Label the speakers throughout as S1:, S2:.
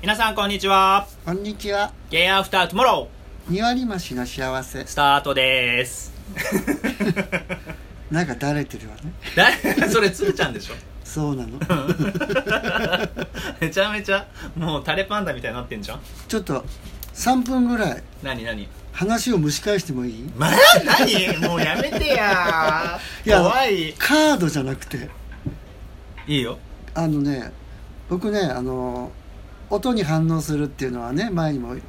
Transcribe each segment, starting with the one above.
S1: 皆さんこんにちは
S2: こんにちは。
S1: ゲイアフタートゥモロ
S2: 二割増しの幸せ
S1: ー。スタートです
S2: なんかだれてるわね。
S1: だそれつーちゃんでしょ
S2: そうなの。
S1: めちゃめちゃもうタレパンダみたいになってんじゃん
S2: ちょっと、3分ぐらい
S1: 何何
S2: 話を蒸し返してもいい
S1: まあ何もうやめてや
S2: いや
S1: 怖 い
S2: カードじゃなくて、
S1: いいよ
S2: あのね、僕ね、あの、音に反応するっていうのはね、前にも言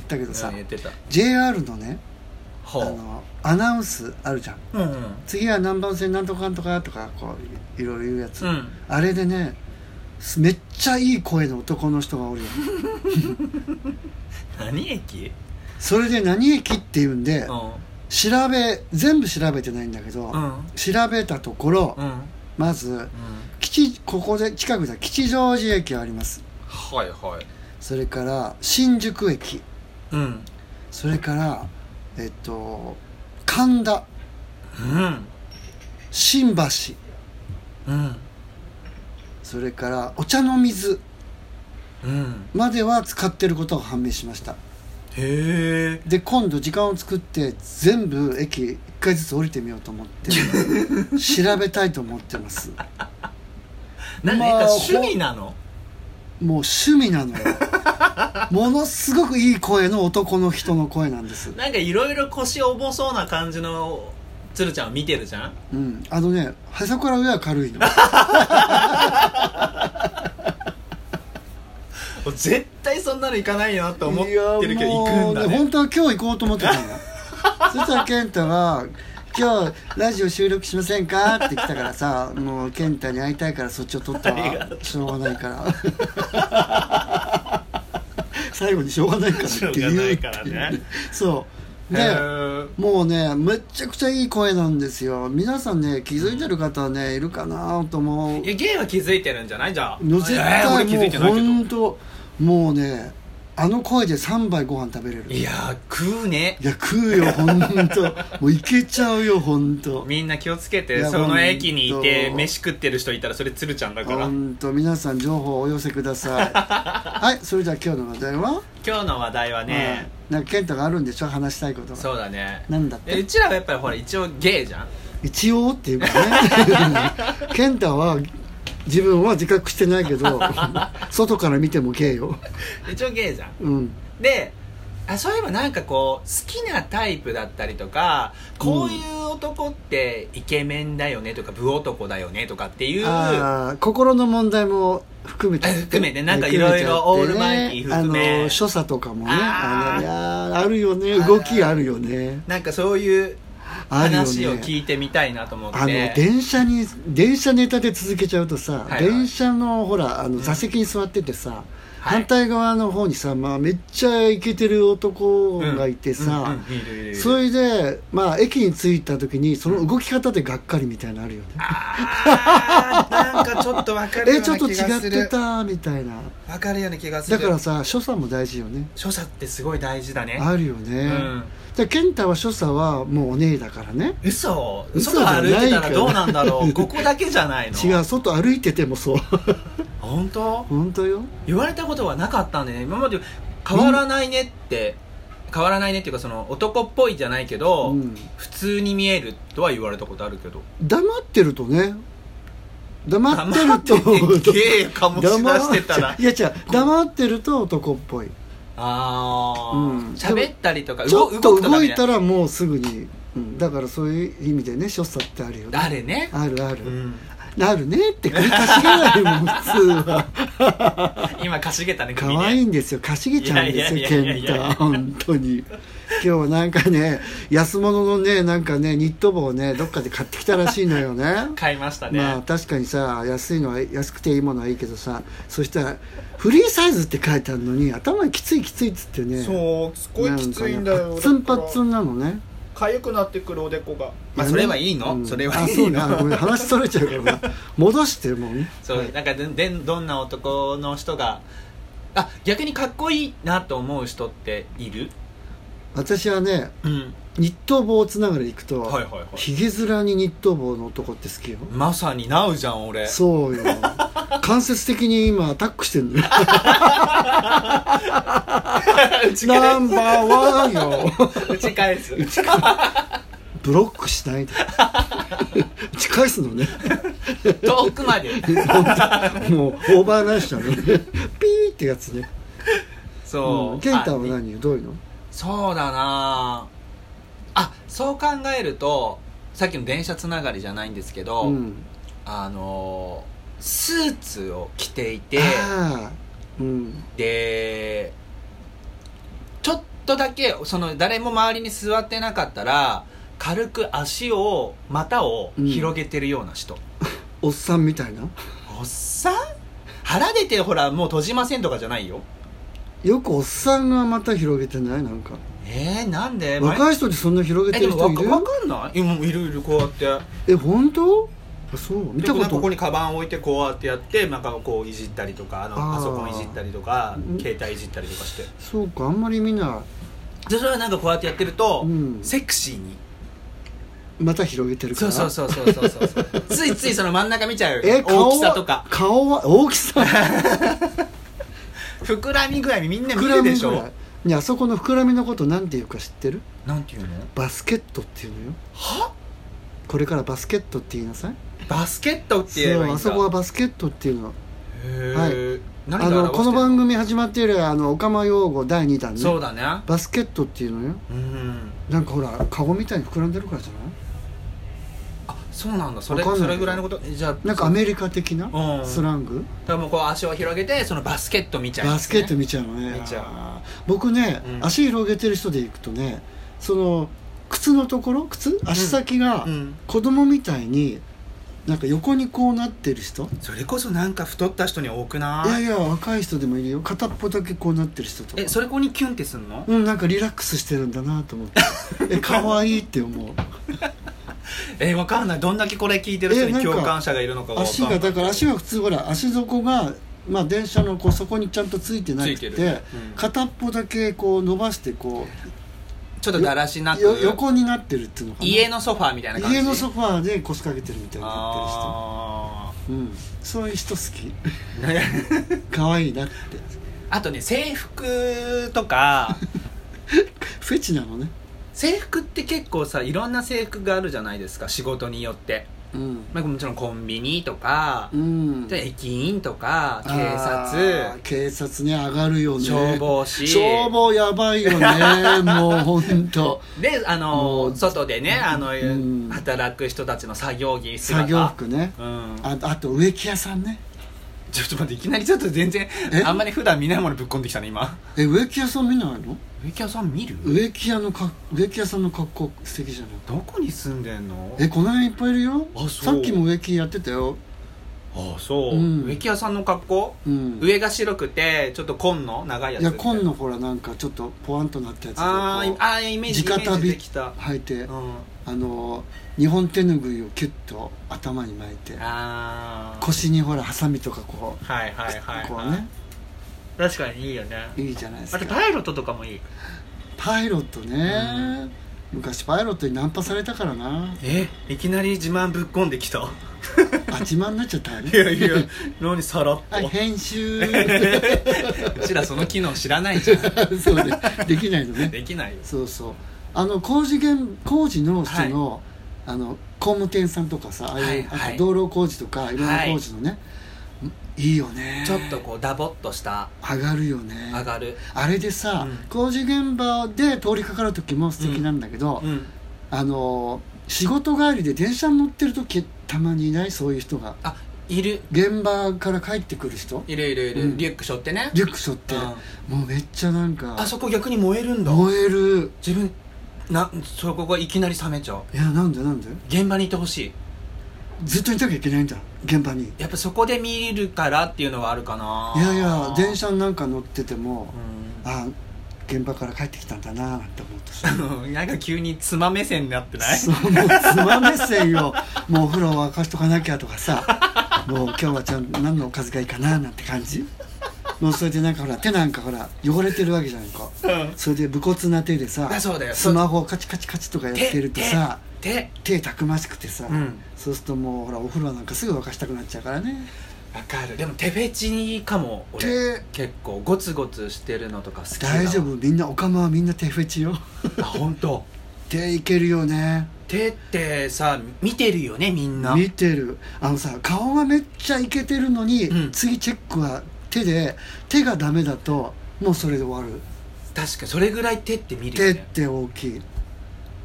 S2: ったけどさ
S1: 何、言ってた
S2: JR のね、あ
S1: ほう
S2: の、アナウンスあるじゃん。
S1: うんうん
S2: 次は何番線なんとかなんとかとか、こう、いいろいろ言うやつ。
S1: うん
S2: あれでね、すめっちゃいい声の男の人がおるよ。
S1: 何駅
S2: それで何駅っていうんで、
S1: うん
S2: 調べ全部調べてないんだけど、
S1: うん
S2: 調べたところ、
S1: うんうん
S2: まず吉ここで近くだ吉祥寺駅あります
S1: はいはい
S2: それから新宿駅
S1: うん
S2: それからえっと神田
S1: うん
S2: 新橋
S1: うん
S2: それからお茶の水
S1: うん
S2: までは使ってることが判明しました
S1: へえ
S2: で今度時間を作って全部駅1回ずつ降りてみようと思って 調べたいと思ってます
S1: 何、
S2: ま
S1: な
S2: あ
S1: んか趣味なの
S2: もう趣味な のよものすごくいい声の男の人の声なんです、
S1: なんかいろいろ腰重そうな感じの鶴ちゃんを見てるじゃん
S2: うん、あのねへそから上は軽いの
S1: 俺絶対そんなの行かないよなって思ってるけど行くんだ
S2: いやもうね
S1: ね
S2: 本当は今日行こうと思ってた のよそしたら健太が「今日ラジオ収録しませんか?」って来たからさもう健太に会いたいからそっちを取った
S1: ありがと
S2: わしょうがないから 最後にしょうがないからって
S1: しょうがな
S2: 言う
S1: い
S2: って
S1: から
S2: いう
S1: ね
S2: ねそうで、
S1: へー
S2: もうねめちゃくちゃいい声なんですよ皆さんね気づいてる方ねいるかなと思う
S1: いやゲイは気づいてるんじゃないじゃあ
S2: の絶
S1: えー
S2: 対
S1: 俺気づいてな
S2: もう
S1: い
S2: 本当もうねあの声で3杯ご飯食べれる
S1: けどいやー食うね
S2: いや食う よ本当もういけちゃうよ本当
S1: みんな気をつけ
S2: い
S1: て
S2: や
S1: その駅にいて
S2: ほんと
S1: 飯食ってる人いたらそれ鶴ちゃんだから
S2: 本当皆さん情報をお寄せくださ いはいそれじゃあ今日の話題は
S1: 今日の話題はね、
S2: うんなんか健太があるんでしょ話したいことが
S1: そうだね
S2: なんだっ
S1: でう
S2: て
S1: ちらはやっぱりほら一応ゲイじゃん
S2: 一応っていうかね健太は自分は自覚してない けど外から見てもゲイよ
S1: 一応ゲイじゃん
S2: うん
S1: であそういえばなんかこう好きなタイプだったりとかこういう男ってイケメンだよねとか武男だよねとかっていう
S2: ああ心の問題も含めて
S1: あ含めてなんかいろいろオールマイティー含め
S2: あの所作とかもね
S1: あー
S2: あのいやーあるよね動きあるよね
S1: なんかそういう
S2: あるよね
S1: 話を聞いてみたいなと思って
S2: あの電車に電車ネタで続けちゃうとさ、
S1: はいはい
S2: 電車のほらあの座席に座っててさ、反対側の方にさ、まあ、めっちゃイケてる男がいてさ、
S1: うんうんうんいるいるいる
S2: それで、まあ、駅に着いた時にその動き方でがっかりみたいなのあるよね、
S1: あーなんかちょっと分かるよ
S2: え
S1: う
S2: ちょ
S1: な
S2: っと
S1: 気
S2: 違
S1: が
S2: っ
S1: す
S2: て
S1: る
S2: たみたいな
S1: 分かるような気がす
S2: だ
S1: る
S2: からさ所作も大事よね
S1: 所作ってすごい大事だね
S2: あるよね、
S1: うん
S2: で健太は所作はもうお姉だからね
S1: 嘘
S2: 嘘
S1: 外歩いてたら
S2: じゃないから
S1: どうなんだ ろうここだけじゃないの
S2: 違う外歩いててもそう
S1: 本当
S2: 本当よ
S1: 言われたことはなかったんでね今まで変わらないねって変わらないねっていうかその男っぽいじゃないけど、
S2: うん
S1: 普通に見えるとは言われたことあるけど
S2: 黙ってるとね黙って
S1: 黙
S2: る
S1: って
S2: と
S1: てゲイかもし出してたら
S2: いや違う黙ってると男っぽい
S1: ああ
S2: うん
S1: 喋、ったりとか
S2: ちょっ
S1: 動
S2: と
S1: くとか
S2: 動
S1: み
S2: い
S1: たい
S2: た
S1: な
S2: らもうすぐに、うん、だからそういう意味でね所作ってあるよね
S1: あれね、
S2: あるある、
S1: うん、
S2: あるねって繰り返しがないもん普通は
S1: 今かしげたね首ね
S2: 可愛いんですよかしげちゃうんです
S1: い
S2: よ
S1: やいやいやいや
S2: 健
S1: い
S2: 太
S1: や
S2: 本 当に今日はなんかね安物のねなんかねニット帽をねどっかで買ってきたらしいのよね
S1: 買いましたね、
S2: まあ確かにさ安いのは安くていいものはいいけどさそしたらフリーサイズって書いてあるのに頭にきついきついっつってね
S3: そうすごいきついんだ
S2: なかね
S3: よ
S2: パッツンパッツ
S3: ン
S2: ンなのね
S3: かゆくなってくるおでこが
S1: まあ
S2: ね
S1: それはいいのそれはいいの
S2: あそうねあごめん話それちゃうからな戻して もうね
S1: そう、なんかででどんな男の人があ逆にかっこいいなと思う人っている
S2: 私はね
S1: うん
S2: ニット帽つながりでいくと、
S1: はいはいはい
S2: ひげ面にニット帽の男って好きよ
S1: まさになうじゃん俺
S2: そう よ間接的に今アタックしてるのよナンバーワンよ
S1: 打ち返す
S2: ブロックしないで打ち返すの ね
S1: 遠くまで
S2: もうオーバーナイスだねピーってやつね
S1: そう、
S2: うん、ケンタは
S1: あ
S2: 何よどういうの
S1: そうだなああそう考えるとさっきの電車つながりじゃないんですけど、
S2: うん
S1: あのースーツを着ていて
S2: ああうん
S1: でちょっとだけその誰も周りに座ってなかったら軽く足を股を広げてるような人、
S2: おっさんみたいな
S1: おっさん腹出てほらもう閉じませんとかじゃないよ
S2: よくおっさんがまた広げてないなんか
S1: えー、なんで
S2: 若い人でそんな広げ
S1: え
S2: て
S1: で
S2: る
S1: も
S2: 人
S1: わ
S2: い
S1: か
S2: る
S1: わかんないいやもういるいるこうやって
S2: え本当あそう見
S1: で
S2: た
S1: こ
S2: こ
S1: なんかことこにカバン置いてこうやってやってなんかこういじったりとかあの
S2: あー
S1: パソコンいじったりとか
S2: うん
S1: 携帯いじったりとかして
S2: そうかあんまり見な
S1: でそれはなんかこうやってやってる
S2: い、
S1: と、
S2: うん、
S1: セクシーに
S2: また広げてるか
S1: そう
S2: ら
S1: そうそうそうそうそうそうついついその真ん中見ちゃう
S2: え顔は
S1: 大きさとか
S2: 顔は大きさ
S1: 膨らみ具合みんな見
S2: 膨ら
S1: る
S2: み
S1: でし
S2: ぐら
S1: ょ
S2: いねあそこの膨らみのことなんていうか知ってる
S1: なんていうの
S2: バスケットっていうのよ
S1: は
S2: これからバスケットって言いなさい
S1: バスケットって言え
S2: そ
S1: ばいういん
S2: あ
S1: だ
S2: そこはバスケットっていうの
S1: へ
S2: は
S1: え、何が
S2: あの
S1: 表してる
S2: この番組始まって以来あのオカマ用語第2弾ね
S1: そうだね
S2: バスケットっていうのよ
S1: うん
S2: なんかほらカゴみたいに膨らんでるからじゃない
S1: あそうなんだそれ
S2: わかんない
S1: それぐらいのことえじゃあ
S2: なんかアメリカ的な
S1: うん
S2: スラング、
S1: だからもうこう足を広げてそのバスケット見ちゃい
S2: バ
S1: ま
S2: ス
S1: す
S2: ケ
S1: ね、
S2: ット見ちゃうのね
S1: 見ちゃ
S2: 僕ね、
S1: うん
S2: 足広げてる人でいくとねその靴のところ靴足先が
S1: うん
S2: 子供みたいになんか横にこうなってる人、
S1: それこそなんか太った人に多くない
S2: やいや若い人でもいるよ片っぽだけこうなってる人とか
S1: えそれここにキュンってすんの
S2: うんなんかリラックスしてるんだなと思って え可愛いって思う
S1: えわかんないどんだけこれ聞いてる人
S2: え
S1: に
S2: なんか
S1: 共感者がいるのかわか
S2: 足
S1: んな
S2: が
S1: い
S2: だから足は普通ほら足底がまあ電車のこう底にちゃんとついてなく
S1: つい
S2: て
S1: てるねうん
S2: 片っぽだけこう伸ばしてこ
S1: ちょっとだらしな
S2: うよ
S1: く
S2: 横になってるっていうのかな
S1: 家のソファーみたいな感じ
S2: 家のソ
S1: フ
S2: ファーで腰掛けてるみたいになっ
S1: あ
S2: てる人、うん、そういう人好き
S1: ー
S2: 可愛いなって
S1: あとね制服と か
S2: フェチなのね
S1: 制服って結構さいろんな制服があるじゃないですか仕事によって、
S2: うん
S1: まあ、もちろんコンビニとか、
S2: うん
S1: で駅員とか警
S2: あー
S1: 察
S2: 警察ね上がるよね
S1: 消防士
S2: 消防やばいよ ねもうほんと
S1: であ
S2: も
S1: の
S2: う
S1: 外でねあの、
S2: ん
S1: 働く人たちの作業着姿
S2: 作業服ね
S1: うん
S2: ああと植木屋さんね
S1: ちょっと待っていきなりちょっと全然
S2: え
S1: あんまり普段見ないものぶっ込んできたね今
S2: え植木屋さん見ないの
S1: 植木屋さん見る
S2: 植木屋のか植木屋さんの格好素敵じゃない
S1: どこに住んでんの
S2: えこの辺いっぱいいるよ
S1: あそう
S2: さっきも植木やってたよ
S1: ああそう、
S2: うん
S1: 植木屋さんの格好、
S2: うん
S1: 上が白くてちょっと紺の長いやつ
S2: いや紺のほらなんかちょっとポワンとなったやつで
S1: あー
S2: こう
S1: あーイメージ
S2: 直
S1: イメージ
S2: 旅
S1: できた、
S2: 履いて、
S1: うん、
S2: あの日本手ぬぐいをキュッと頭に巻いて
S1: ああ
S2: 腰にほらハサミとかこう、
S1: はいはいはい、はい、
S2: こうね
S1: 確かにいいよね
S2: いいじゃないです
S1: あと
S2: か
S1: パイロットとかもいい
S2: パイロットね、昔パイロットにナンパされたから な
S1: えいきなり自慢ぶっこんできた
S2: あ自慢になっちゃったよね
S1: いやいや何さらっと、
S2: はい 編集
S1: うちらその機能知らないじゃん
S2: そうねできないのね
S1: できないよ
S2: そうそうあの工事現工事の人の,、あの工務店さんとかさああいう、
S1: はいはい
S2: あと道路工事とかいろんな工事のね、い、いよね
S1: ちょっとこうダボっとした
S2: 上がるよね
S1: 上がる
S2: あれでさ、
S1: うん
S2: 工事現場で通りかかる時も素敵なんだけど、
S1: うん
S2: あの仕事帰りで電車に乗ってる時たまにいないそういう人が
S1: あいる
S2: 現場から帰ってくる人
S1: いるいるいる、
S2: うん
S1: リュック背負ってね
S2: リュック背負って、
S1: うん
S2: もうめっちゃなんか
S1: あそこ逆に燃えるんだ
S2: 燃える
S1: 自分なそこがいきなり冷めちゃう
S2: いやなんでなんで
S1: 現場にいてほしい
S2: ずっといなきゃいけないんだ現場に
S1: やっぱそこで見るからっていうのはあるかない
S2: やいや電車なんか乗ってても、
S1: う
S2: あ現場から帰ってきたんだなーなんて思うとさ
S1: んなんか急に妻目線になってない
S2: そうもうつまめ線よもうお風呂沸かしとかなきゃとかさもう今日はちゃん何のおかずがいいかななんて感じもうそれでなんかほら手なんかほら汚れてるわけじゃないか
S3: うん
S2: それで武骨な手でさ
S1: あそうだよ
S2: スマホをカチカチカチとかやってるとさ
S1: で
S2: 手たくましくてさ、
S1: うん
S2: そうするともうほらお風呂なんかすぐ沸かしたくなっちゃうからね
S1: わかるでも手フェチかも俺
S2: 手
S1: 結構ゴツゴツしてるのとか好きだ
S2: 大丈夫みんなおかまはみんな手フェチよ
S1: あ本当。
S2: 手いけるよね
S1: 手ってさ見てるよねみんな
S2: 見てるあのさ顔がめっちゃイケてるのに、
S1: うん
S2: 次チェックは手で手がダメだともうそれで終わる
S1: 確かにそれぐらい手って見る
S2: 手
S1: よ
S2: っ
S1: ね
S2: て大きい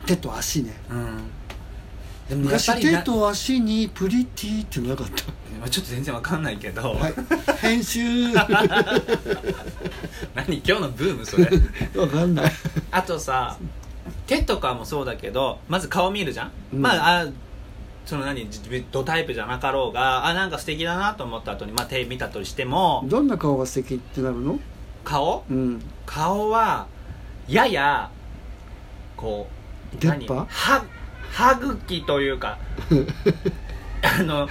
S2: 手と足ね
S1: うんでもやっぱり
S2: 昔手
S1: な
S2: と足にプリティってなかった
S1: まあちょっと全然わかんないけど、
S2: はい 編集わ
S1: 何今日のブームそ れ
S2: かんない
S1: あとさ手とかもそうだけどまず顔見るじゃん、
S2: うん
S1: まああその何ドタイプじゃなかろうがあなんか素敵だなと思った後にまあ手見たとしても
S2: どんな顔が素敵ってなるの
S1: 顔
S2: うん
S1: 顔はややこう
S2: 出っ歯
S1: 何歯歯茎という かあの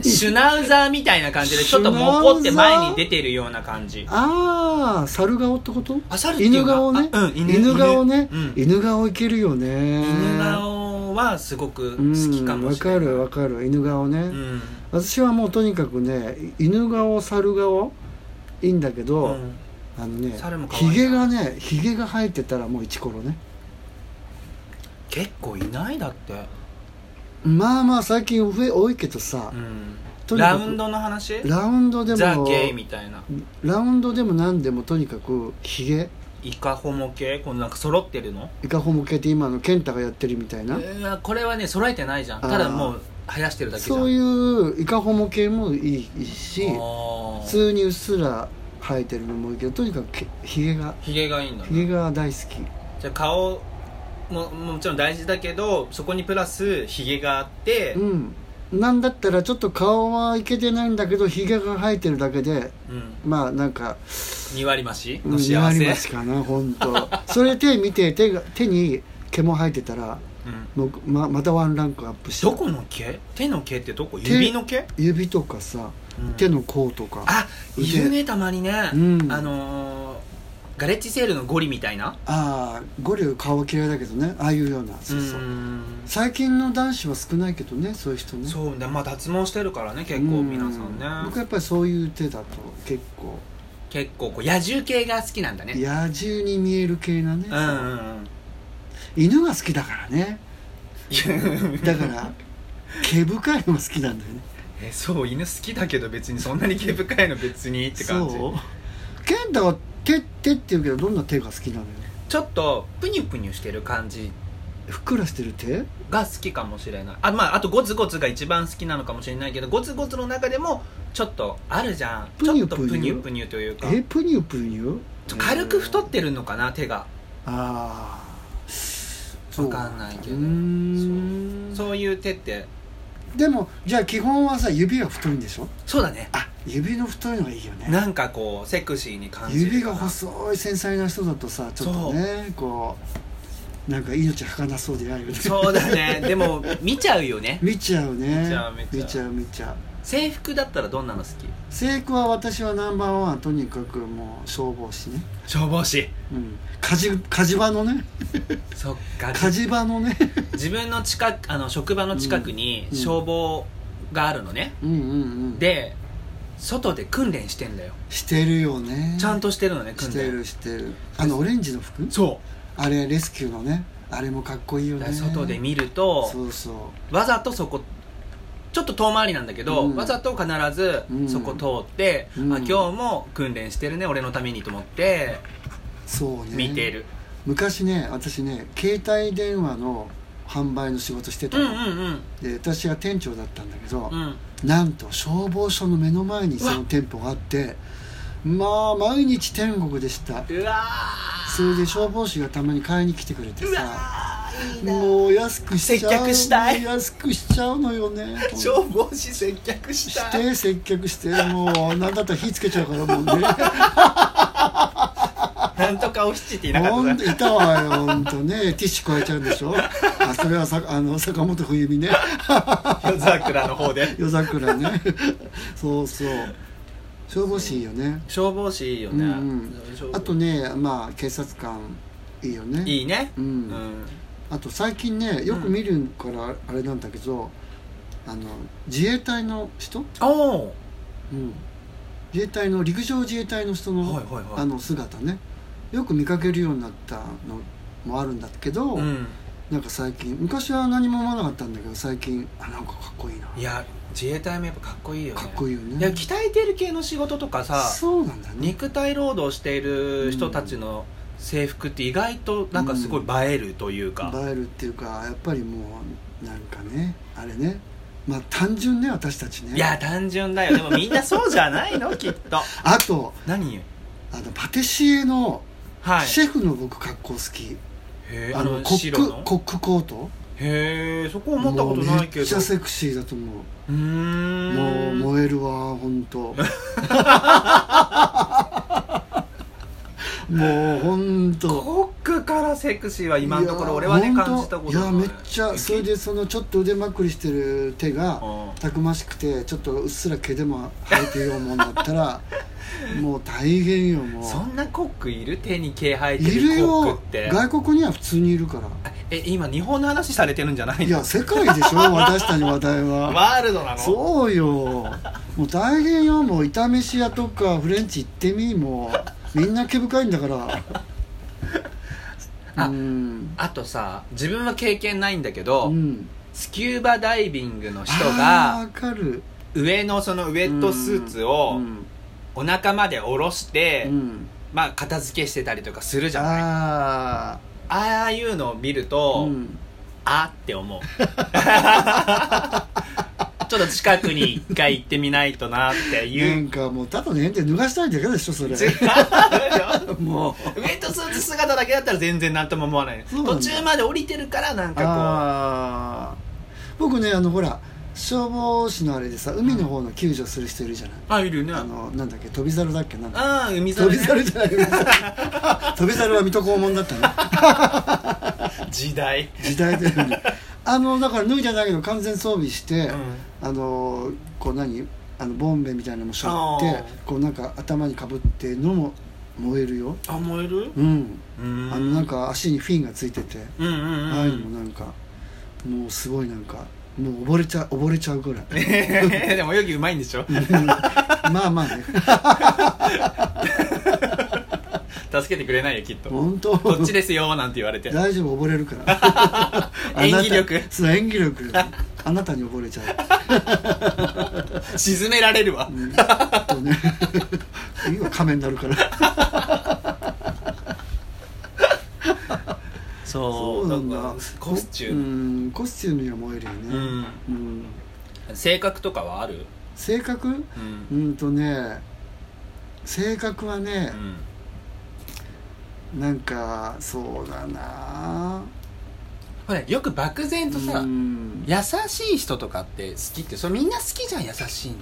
S1: シュナウザーみたいな感じでちょっともこって前に出てるような感じ
S2: ああ猿顔ってこと
S1: あ猿っていう
S2: 犬
S1: か
S2: 顔ね、
S1: あうん犬
S2: 犬顔ね、
S1: うん
S2: 犬顔いけるよね
S1: 犬顔はすごく
S2: うん
S1: 好きかもしれない、
S2: わかるわかる犬顔ね、
S1: うん
S2: 私はもうとにかくね犬顔猿顔いいんだけど、
S1: うん
S2: あのね
S1: 猿も可愛い
S2: ひ
S1: な
S2: げがねひげが生えてたらもう一コロね
S1: 結構いないだって、
S2: まあまあ最近増え多いけどさ、とに
S1: ラ
S2: かく
S1: ウンドの話
S2: ラウンドで
S1: ザ・
S2: も
S1: ゲイみたいな
S2: ラウンドでも何でもとにかくひげ
S1: イカホモ系このなんか揃ってるの
S2: イカホモ系って今の健太がやってるみたいな、
S1: いやこれはね揃えてないじゃん
S2: あー
S1: ただもう生やしてるだけじゃん
S2: そういうイカホモ系もいいし
S1: あ
S2: 普
S1: ー
S2: 通にうっすら生えてるのもいいけどとにかくけひげが
S1: ひげがいいんだ
S2: ひげ
S1: ね
S2: が大好き
S1: じゃあ顔ももちろん大事だけどそこにプラスひげがあって
S2: う、んなんだったらちょっと顔はいけてないんだけどひげが生えてるだけで
S1: うん、
S2: まあなんか
S1: 2割増し
S2: うん
S1: の幸
S2: あ
S1: せ、
S2: りますかな本 当それ手見て手が手に毛も生えてたら
S1: うん
S2: もうままたワンランクアップして
S1: どこの毛手の毛ってどこ指の毛、
S2: 指とかさ
S1: うん
S2: 手の甲とか、
S1: あいるねたまにね、
S2: うん
S1: あのーガレッジセールのゴリみたいな
S2: ああゴリュ顔嫌いだけどねああいうようなそうそう、
S1: ん
S2: 最近の男子は少ないけどねそういう人ね
S1: そうねまあ脱毛してるからね結
S2: う
S1: 構
S2: ん
S1: 皆さんね
S2: 僕やっぱりそういう手だと結構
S1: 結構こう野獣系が好きなんだね
S2: 野獣に見える系なね、
S1: うんうん
S2: 犬が好きだからね
S1: うん
S2: だから毛深いのが好きなんだよね
S1: えそう犬好きだけど別にそんなに毛深いの別にって感じ
S2: そう健太は手手って言うけどどんな手が好きなのよ
S1: ちょっとプニュプニュしてる感じ
S2: ふっくらしてる手
S1: が好きかもしれないあまああとゴツゴツが一番好きなのかもしれないけどゴツゴツの中でもちょっとあるじゃん
S2: プニュ
S1: ちょっ
S2: プ
S1: と
S2: ニュ
S1: プニュプニュというか
S2: えぷにゅぷにゅ
S1: ちょ軽く太ってるのかな手が
S2: ああ
S1: わかんないけど
S2: うーん
S1: そういう手って
S2: でもじゃあ基本はさ指が太いんでしょ
S1: そうだね
S2: あ指の太いのがいいよね
S1: なんかこうセクシーに感じる
S2: 指が細い繊細な人だとさちょっとねこうなんか命儚そうであるよね
S1: そうだねでも見ちゃうよね
S2: 見ちゃうね
S1: 見ちゃう見ちゃう
S2: 見ちゃう見ちゃう
S1: 制服だったらどんなの好き
S2: 制服は私はナンバーワンはとにかくもう消防士ね
S1: 消防士
S2: うん火事火事場のね
S1: そっか
S2: 火事場のね
S1: 自分の近くあの職場の近くに
S2: うん
S1: 消防があるのね、
S2: うんうんうん
S1: で外で訓練してんだよ
S2: してるよね
S1: ちゃんとしてるのね訓
S2: し
S1: 練
S2: てるしてるあのオレンジの服
S1: そ
S2: あれレスキューのねあれもかっこいいうよ
S1: だから
S2: ね
S1: 外で見ると
S2: そうそう
S1: わざとそこちょっと遠回りなんだけど、
S2: うん
S1: わざと必
S2: うん
S1: ずそこ通って、
S2: うん
S1: あ今日も訓練してるね俺のためにと思って
S2: そうね
S1: 見てる、
S2: 昔ね私ね携帯電話の販売の仕事してた
S1: うん
S2: の、
S1: うんうん
S2: で私が店長だったんだけど、
S1: うん
S2: なんと消防署の目の前にその店舗があってまあ毎日天国でした
S1: うわ
S2: それで消防士がたまに買いに来てくれて
S1: ーうわ
S2: さ
S1: ーいいな
S2: もう安くしちゃう
S1: 接客したい
S2: 安くしちゃうのよね
S1: 消防士接客し
S2: した
S1: い
S2: て接客してもうなんだったら火つけちゃうからもうね
S1: なんとかお七 っていなか
S2: ほ
S1: ったな
S2: んといたわよほんとねティッシュ加えちゃうんでしょあそれはさあの坂本冬美ね
S1: 夜桜の方で
S2: 夜桜ねそうそう消防士いいよね
S1: 消防士いいよね、
S2: うんうん
S1: 消防
S2: あとねまあ警察官いいよね
S1: いいね
S2: う
S1: うんん
S2: あと最近ねよく見るからあれなんだけど、あの自衛隊の人、
S1: おお
S2: うん、自衛隊の陸上自衛隊の人の、
S1: はいはいはい
S2: あの姿ねよく見かけるようになったのもあるんだけど、
S1: うん
S2: なんか最近昔は何も思わなかったんだけど最近あなんかかっこいいない
S1: や自衛隊もやっぱかっこいいよね
S2: かっこいいよ
S1: いや
S2: ね
S1: 鍛えてる系の仕事とかさ
S2: そうなんだね
S1: 肉体労働している人たちの制服って意外となんかすごい映えるというか、
S2: 映えるっていうかやっぱりもうなんかねあれねまあ単純ね私たちね
S1: いや単純だよでもみんなそうじゃ ないのきっと
S2: あと
S1: 何
S2: あのパティシエの
S1: はい
S2: シェフの僕格好好き、
S1: へえ
S2: あ
S1: あ
S2: の
S1: の
S2: コッ
S1: 白
S2: ク
S1: の
S2: コックコート
S1: へえそこ思ったこと
S2: もう
S1: ないけ
S2: め
S1: ど
S2: っちゃセクシーだと思う
S1: うーん
S2: もう燃えるわ 本当もう本当
S1: コックからセクシーは今のところ俺はね感じたこと
S2: いや
S1: ない
S2: めっちゃそれでそのちょっと腕まくりしてる手がたくましくてちょっとうっすら毛でも生えてるようなもんだっ たらもう大変よも
S1: そ
S2: うん
S1: なコックいる手に毛生えて
S2: い
S1: る
S2: る
S1: コッ
S2: よ
S1: クって
S2: 外国には普通にいるから
S1: え今日本の話されてるんじゃない
S2: い
S1: の
S2: や世界でしょ 私たちの話題は
S1: ワールドなの
S2: そうよもう大変よもう炒めし屋とかフレンチ行ってみもうみんな毛深いんだから
S1: あ
S2: うん
S1: あとさ自分は経験ないんだけど、
S2: うん
S1: スキューバダイビングの人
S2: あー
S1: が
S2: わかる
S1: 上のそのウェットスーツを
S2: うん
S1: お腹まで下ろして、
S2: うん
S1: まあ片付けしてたりとかするじゃないあ
S2: あ
S1: あいうのを見ると、
S2: ーうん
S1: あって思う ちょっと近くに一回行ってみないとなって
S2: な
S1: いう、
S2: んかもうただの変で脱がしたいだけでしょそれ
S1: 違うよ
S2: も
S1: ウェットスーツ姿だけだったら全然何とも思わない
S2: そうなんだ
S1: 途中まで降りてるからなん
S2: う
S1: か
S2: ああ僕ねあのほら消防士のあれでさ海の方の救助する人いるじゃない、
S1: こうあいるね
S2: あのなんだっけ飛び猿だっけなんだっけ
S1: ああ海
S2: 飛
S1: 猿、
S2: び
S1: ね、
S2: 猿じゃない 飛び猿は水戸黄門だったね
S1: 時代、
S2: 時代というのにあのだから脱いじゃないけど完全装備して、
S1: うん
S2: あのこう何あのボンベみたいなのもしょって
S1: あー
S2: こうなんか頭にかぶってのも燃えるよ
S1: あ燃える
S2: うん
S1: うん
S2: あのなんか足にフィンがついてて、
S1: うんうんうん、
S2: ああいうのもなんかもうすごいなんかもう溺れちゃ溺れちゃうぐらい
S1: でも泳ぎうまいんでしょ
S2: まあ まあね
S1: 助けてくれないよきっと
S2: 本当
S1: こっちですよなんて言われて
S2: 大丈夫溺れるから
S1: 演技力
S2: あなたそう演技力あなたに溺れちゃう
S1: 沈められるわ
S2: うんとね 次は亀になるから
S1: そうからコスチューム、
S2: うんコスチュームには燃えるよね、うん
S1: 性格とかはある
S2: 性格
S1: うん、
S2: うんとね性格はね
S1: う、ん、
S2: なんかそうだな
S1: ほらよく漠然とさ、
S2: うん
S1: 優しい人とかって好きってそれみんな好きじゃん優しい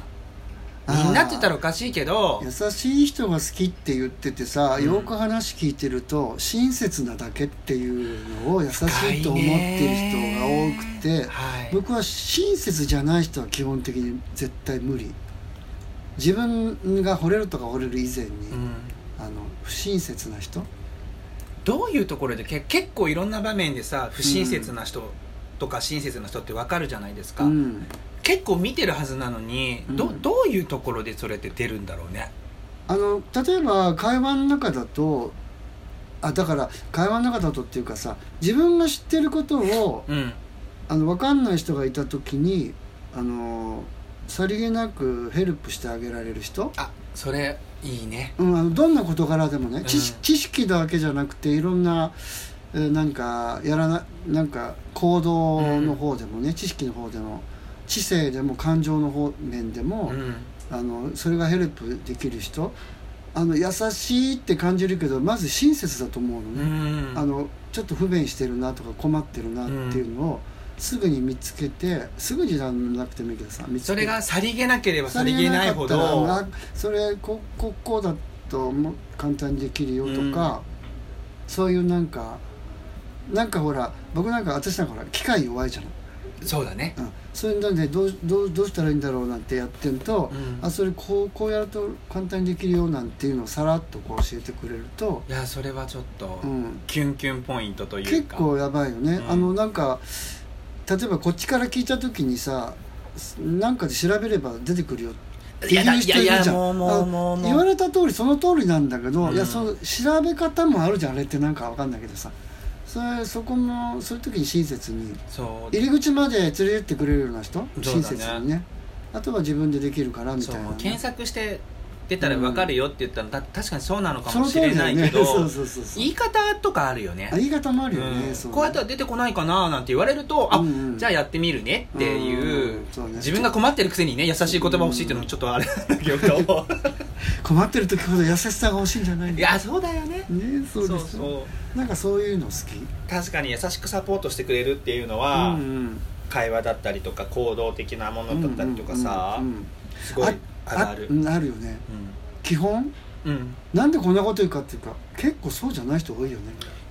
S2: あ
S1: の
S2: ー
S1: みんなって言ったらおかしいけど
S2: 優しい人が好きって言っててさ、
S1: うん
S2: よく話聞いてると親切なだけっていうのを優しいと思ってる人が多くて、
S1: はい
S2: 僕は親切じゃない人は基本的に絶対無理自分が惚れるとか惚れる以前に、
S1: うん、
S2: あの不親切な人
S1: どういうところでけ結構いろんな場面でさ不親切な人とか親切な人ってわかるじゃないですか、
S2: うん
S1: 結構見てるはずなのに、
S2: う
S1: ど
S2: ん
S1: どういうところでそれって出るんだろうね
S2: あの例えば会話の中だとあだから会話の中だとっていうかさ自分が知ってることを
S1: うん
S2: あの分かんない人がいた時にあのさりげなくヘルプしてあげられる人
S1: あそれいいね
S2: うん、あのどんな事柄でもね、知識
S1: うん
S2: 知識だけじゃなくていろんな、えーなんかやらななんか行動の方でもね、知識の方でも知性でも感情の方面で
S1: う
S2: も、
S1: ん
S2: あのそれがヘルプできる人あの優しいって感じるけどまず親切だと思うの
S1: うん
S2: ね、あのちょっと不便してるなとか困ってるなっていうのを、すぐに見つけてすぐにじゃなくてもいいけどさ見つけ
S1: それがさりげなければさりげないほ
S2: さりげな
S1: ど
S2: かったらあそれこここうだとも簡単にできるよとか、そういうなんかなんかほら僕なんか私なんかほら機械弱いじゃない、
S1: そうだね
S2: うん、そういうのでどうどうどうしたらいいんだろうなんてやってると、
S1: うん
S2: あそれこうこうやると簡単にできるよなんていうのをさらっとこう教えてくれると、
S1: いやそれはちょっと、
S2: うん、
S1: キュンキュンポイントという
S2: 結
S1: か
S2: 構やばいよね、
S1: うん
S2: あのなんか例えばこっちから聞いた時にさなんかで調べれば出てくるよって
S1: いや
S2: いう
S1: い
S2: 人
S1: や
S2: い
S1: い
S2: る
S1: や
S2: じゃん
S1: もうもう
S2: あ
S1: もうも
S2: 言わ
S1: う
S2: れた通りその通りなんだけど、
S1: うん
S2: いやその調べ方もあるじゃんあれってなんかわかんないけどさそれそこもそういう時に親切に
S1: そう
S2: 入り口まで連れてってくれるような人、
S1: そう
S2: 親
S1: だ
S2: 切
S1: ね
S2: にねあとは自分でできるからみた
S1: そ
S2: いうなね、
S1: 検索して出たら分かるよって言ったら、た確かにそうなのか
S2: そ
S1: も
S2: の
S1: し
S2: 通り
S1: れ
S2: だ
S1: な
S2: よ
S1: い
S2: ね
S1: けど
S2: そうそうそうそう
S1: 言い方とかあるよね
S2: あ言い方もあるよね、
S1: うん
S2: そうね
S1: こうやったら出てこないかななんて言われると、
S2: うんうん
S1: あじゃあやってみるねっていう,、
S2: うんそうね
S1: 自分が困ってるくせにね優しい言葉欲しいっていうのもちょっとあれなんだけど
S2: 困ってる時ほど優しさが欲しいんじゃない の
S1: いやそうだよね
S2: ねそうです
S1: そうそう
S2: なんかそういうの好き
S1: 確かに優しくサポートしてくれるっていうの
S2: う
S1: は、
S2: んうん
S1: 会話だったりとか行動的なものだったりとかさ、
S2: うんうんうん
S1: すごい上がる
S2: あうんあるよね基本
S1: うん、うん
S2: なんでこんなこと言うかっていうか結構そうじゃない人多いよ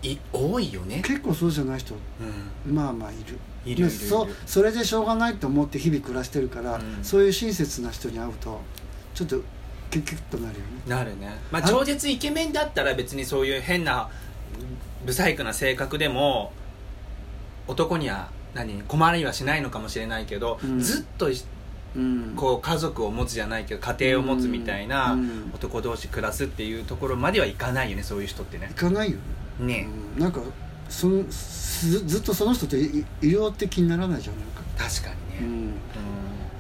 S2: ね
S1: い多いよね、
S2: 結構そうじゃない人
S1: うん、
S2: まあまあいる
S1: いるいるいる
S2: でそそれでしょうがないと思って日々暮らしてるから、
S1: うん
S2: そういう親切な人に会うとちょっとキュッキュッとなるよね
S1: なるね、まあ、
S2: あ
S1: 超絶イケメンだったら別にそういう変なブサイクな性格でも男には何困りはしないのかもしれないけど、
S2: うん
S1: ずっとい
S2: うん
S1: こう家族を持つじゃないけど家庭を持つみたいな、
S2: うんうん
S1: 男同士暮らすっていうところまではいかないよねそういう人ってね
S2: 行かないよね、
S1: ね、
S2: うん、なんかそのずずっとその人とい医療的にならないじゃんなんか、
S1: 確かに
S2: う
S1: ね、
S2: ん、
S1: うん